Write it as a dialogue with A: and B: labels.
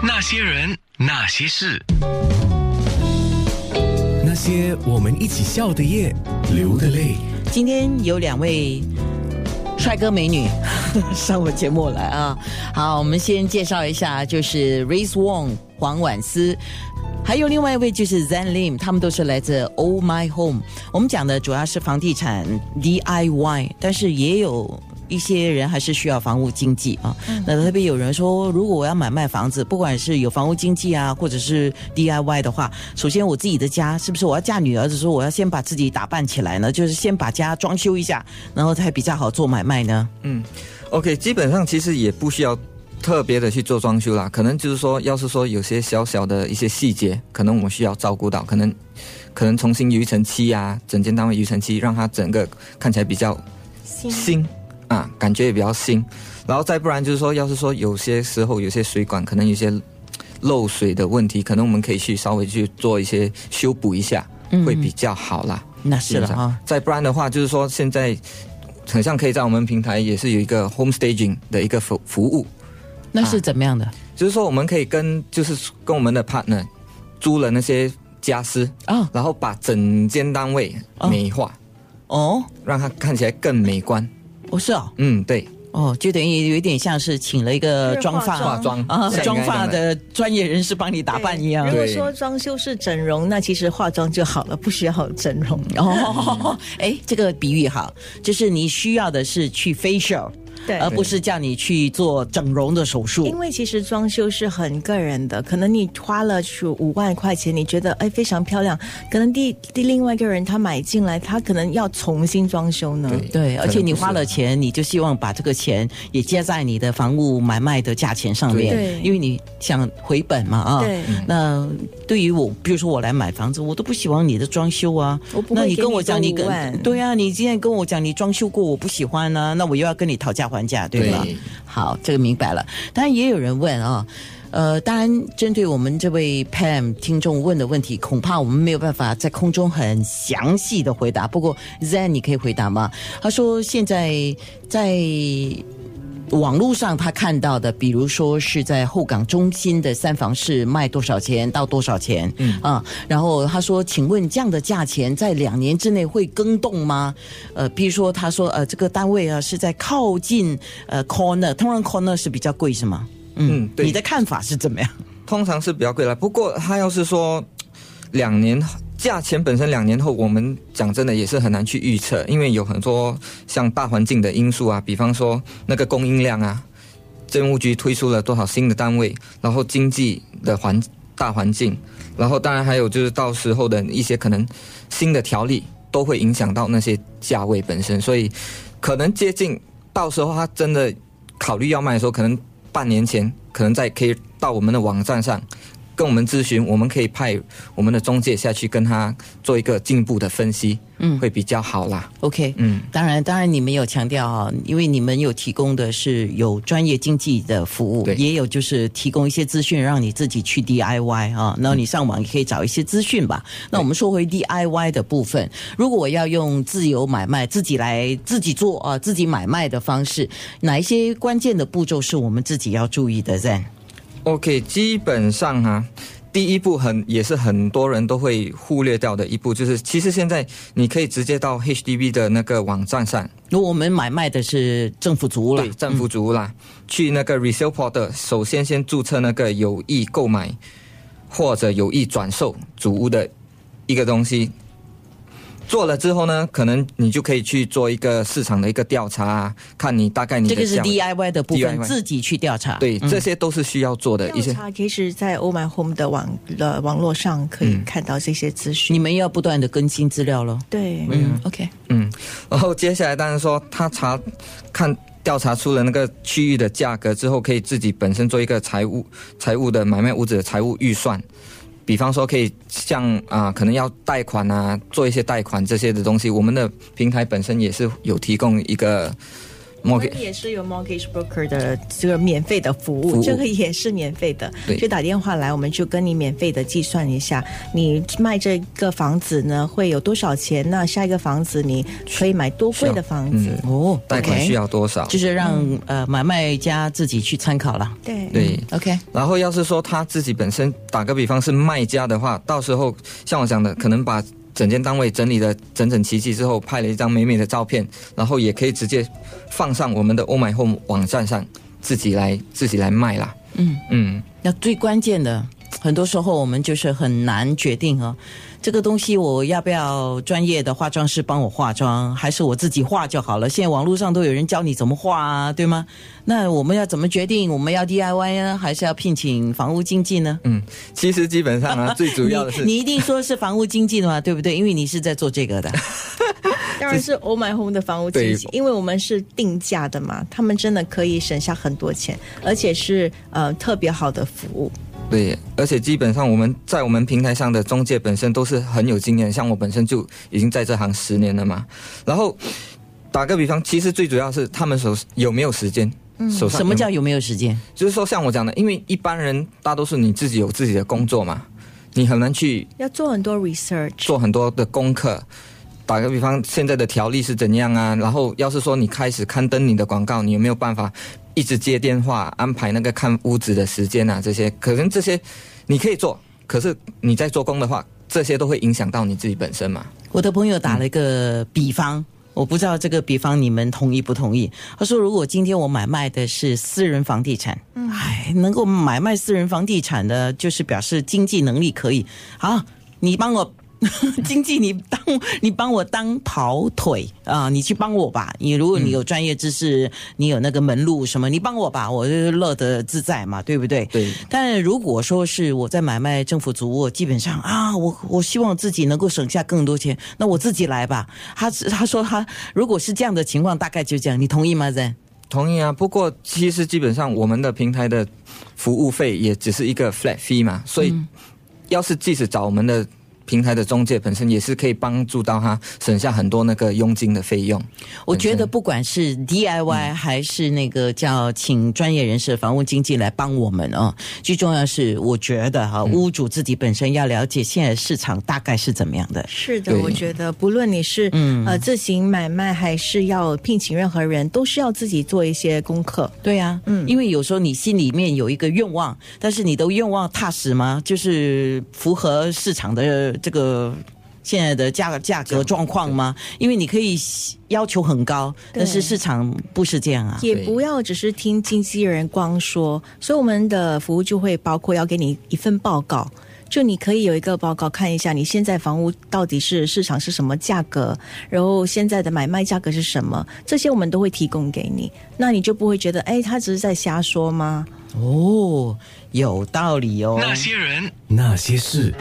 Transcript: A: 那些人，那些事，
B: 那些我们一起笑的夜，流的泪。
C: 今天有两位帅哥美女 上我节目来啊！好，我们先介绍一下，就是 Race Wong 黄婉思。还有另外一位就是 Zen Lim，他们都是来自 Oh My Home。我们讲的主要是房地产 DIY，但是也有一些人还是需要房屋经济啊。那特别有人说，如果我要买卖房子，不管是有房屋经济啊，或者是 DIY 的话，首先我自己的家是不是我要嫁女儿的时候，我要先把自己打扮起来呢？就是先把家装修一下，然后才比较好做买卖呢？
D: OK，基本上其实也不需要特别的去做装修啦，可能就是说，要是说有些小小的一些细节，可能我们需要照顾到，可能可能重新余尘漆啊，整间单位余尘漆，让它整个看起来比较新啊，感觉也比较新。然后再不然就是说，要是说有些时候有些水管可能有些嘖漏水的问题，可能我们可以去稍微去做一些修补一下，会比较好啦。
C: 那是了啊。
D: 再不然的话，就是说现在很像可以在我们平台也是有一个 home staging 的一个服服务，
C: 那是怎么样的？
D: 就是说我们可以跟就是跟我们的 partner 租了那些家私，
C: 啊
D: 然后把整间单位
C: 哦
D: 美化，
C: 哦，
D: 让它看起来更美观。
C: 不是哦，
D: 嗯，对，
C: 哦，就等于有一点像是请了一个妆发
D: 化妆
C: 啊，
D: 像你
C: 妆
D: 刚才
C: 发
D: 讲
C: 的专业人士帮你打扮一样
E: 如。果
D: 对
E: 说装修是整容，那其实化妆就好了，不需要整容。
C: 哦，哎，这个比喻好，就是你需要的是去 facial，
E: 对
C: 而不是叫你去做整容的手术
E: 因。为其实装修是很个人的，可能你花了去五万块钱，你觉得哎非常漂亮，可能第第另外一个人他买进来，他可能要重新装修呢。
D: 对
C: 嗯对，而且你花了
D: 钱。
C: 钱，你就希望把这个钱也加在你的房屋买卖的价钱上面，
E: 对
C: 因为你想回本嘛啊。
E: 对
C: 那对于我，比如说我来买房子，我都不希望你的装修啊。
E: 我不会
C: 那你
E: 给
C: 跟
E: 你
C: 我讲
E: 多
C: 你
E: 五
C: 跟
E: 万
C: 对啊，你今天跟我讲你装修过，我不喜欢呢、那我又要跟你讨价还价，对吧？
D: 对
C: 好，这个明白了。当然也有人问啊、呃，当然针对我们这位 Pam 听众问的问题，恐怕我们没有办法在空中很详细的回答。不过 Zen 你可以回答吗？他说现在在。网络上他看到的，比如说是在后港中心的三房市卖多少钱到多少钱，嗯啊，然后他说，请问这样的价钱在两年之内会更动吗？呃，比如说他说，呃，这个单位啊是在靠近呃 corner，通常 corner 是比较贵是吗？
D: 嗯对
C: 你的看法是怎么样？
D: 通常是比较贵啦。不过他要是说两年价钱本身两年后，我们讲真的也是很难去预测，因为有很多像大环境的因素啊，比方说那个供应量啊，政务局推出了多少新的单位，然后经济的环大环境，然后当然还有就是到时候的一些可能新的条例都会影响到那些价位本身，所以可能接近到时候他真的考虑要卖的时候，可能半年前可能在可以到我们的网站上跟我们咨询，我们可以派我们的中介下去跟他做一个进一步的分析，嗯，会比较好啦。
C: OK，
D: 嗯
C: 当然，当然你们有强调啊，因为你们有提供的是有专业经济的服务，
D: 对
C: 也有就是提供一些资讯让你自己去 DIY 啊，然后你上网也可以找一些资讯吧。
D: 嗯
C: 那我们说回 DIY 的部分，如果我要用自由买卖，自己来自己做啊，自己买卖的方式，哪一些关键的步骤是我们自己要注意的？Zen，
D: OK，基本上啊，第一步很也是很多人都会忽略掉的一步，就是其实现在你可以直接到 HDB 的那个网站上，
C: 如果我们买卖的是政府族嗯了
D: 对，，政府族啦，去那个 resale portal，首先先注册那个有意购买或者有意转售主屋的一个东西。做了之后呢，可能你就可以去做一个市场的一个调查啊，看你大概你的
C: 这个是
D: 价位
C: DIY 的部分，
D: DIY
C: 自己去调查。
D: 对，
C: 嗯
D: 这些都是需要
C: 呃
D: 做的一
E: 调
D: 些。
E: 查其实，在 Oh My Home 的网的网络上可以看到这些资讯。
C: 嗯你们要不断的更新资料喽。
E: 对，
C: 嗯，OK。
D: 嗯，然后接下来当然说他查看调查出了那个区域的价格之后，可以自己本身做一个财务财务的买卖屋子的财务预算。比方说，可以像啊、可能要贷款啊，做一些贷款这些的东西，我们的平台本身也是有提供一个
E: 我
D: mortgage
E: 们也是有 mortgage broker 的这个免费的服务，
D: 服务
E: 这个也是免费的，
D: 对
E: 就打电话来，我们就跟你免费的计算一下，你卖这个房子呢会有多少钱那下一个房子你可以买多贵的房子？
D: 嗯
C: 哦，
D: 贷款
C: OK
D: 需要多少？
C: 就是让、呃买卖家自己去参考了。
E: 对
D: 对。
C: OK，
D: 然后要是说他自己本身，打个比方是卖家的话，到时候像我讲的，可能把整间单位整理的整整齐齐之后，拍了一张美美的照片，然后也可以直接放上我们的 Oh My Home 网站上，自己来自己来卖啦。
C: 嗯
D: 嗯，
C: 那最关键的，很多时候我们就是很难决定啊，这个东西我要不要专业的化妆师帮我化妆，还是我自己化就好了？现在网络上都有人教你怎么化啊，对吗？那我们要怎么决定？我们要 DIY 呢，还是要聘请房屋经纪呢？
D: 嗯其实基本上啊，最主要的是
C: 你你一定说是房屋经纪的嘛，对不对？因为你是在做这个的。
E: 当然是 Oh My Home 的房屋经纪，因为我们是定价的嘛，他们真的可以省下很多钱，而且是呃特别好的服务。
D: 对，而且基本上我们在我们平台上的中介本身都是很有经验，像我本身就已经在这行十年了嘛。然后打个比方，其实最主要是他们手有没有时间，手
C: 嗯
D: 上
C: 什么
D: 有没有
C: 叫有没有时间？
D: 就是说像我讲的，因为一般人大多数你自己有自己的工作嘛，你很难去
E: 要做很多 research，
D: 做很多的功课。打个比方，现在的条例是怎样啊？然后要是说你开始刊登你的广告，你有没有办法一直接电话，安排那个看屋子的时间啊？这些可能这些你可以做，可是你在做工的话，这些都会影响到你自己本身嘛。
C: 我的朋友打了一个比方，我不知道这个比方你们同意不同意。他说，如果今天我买卖的是私人房地产，哎、能够买卖私人房地产的，就是表示经济能力可以。好，你帮我。 经济，你当你帮我当跑腿啊、你去帮我吧。你如果你有专业知识，你有那个门路什么，你帮我吧，我就乐得自在嘛，对不对？
D: 对
C: 但如果说是我在买卖政府租屋，基本上啊，我我希望自己能够省下更多钱，那我自己来吧。他他说他如果是这样的情况，大概就这样，你同意吗？Zen？
D: 同意啊，不过其实基本上我们的平台的服务费也只是一个 flat fee 嘛，所以要是即使找我们的平台的中介本身，也是可以帮助到他省下很多那个佣金的费用。
C: 我觉得不管是 DIY 还是那个叫请专业人士、房屋经纪来帮我们啊，最重要是我觉得哈、屋主自己本身要了解现在市场大概是怎么样的。
E: 是的，
D: 对
E: 我觉得不论你是、呃自行买卖，还是要聘请任何人，都是要自己做一些功课。
C: 对呀、嗯，因为有时候你心里面有一个愿望，但是你的愿望踏实吗？就是符合市场的这个现在的价价格状况吗？因为你可以要求很高，
E: 对
C: 但是市场不是这样啊。
E: 也不要只是听经纪人光说，所以我们的服务就会包括要给你一份报告，就你可以有一个报告看一下你现在房屋到底是市场是什么价格，然后现在的买卖价格是什么，这些我们都会提供给你，那你就不会觉得哎他只是在瞎说吗？
C: 哦，有道理哦。
A: 那些人。
B: 那些事。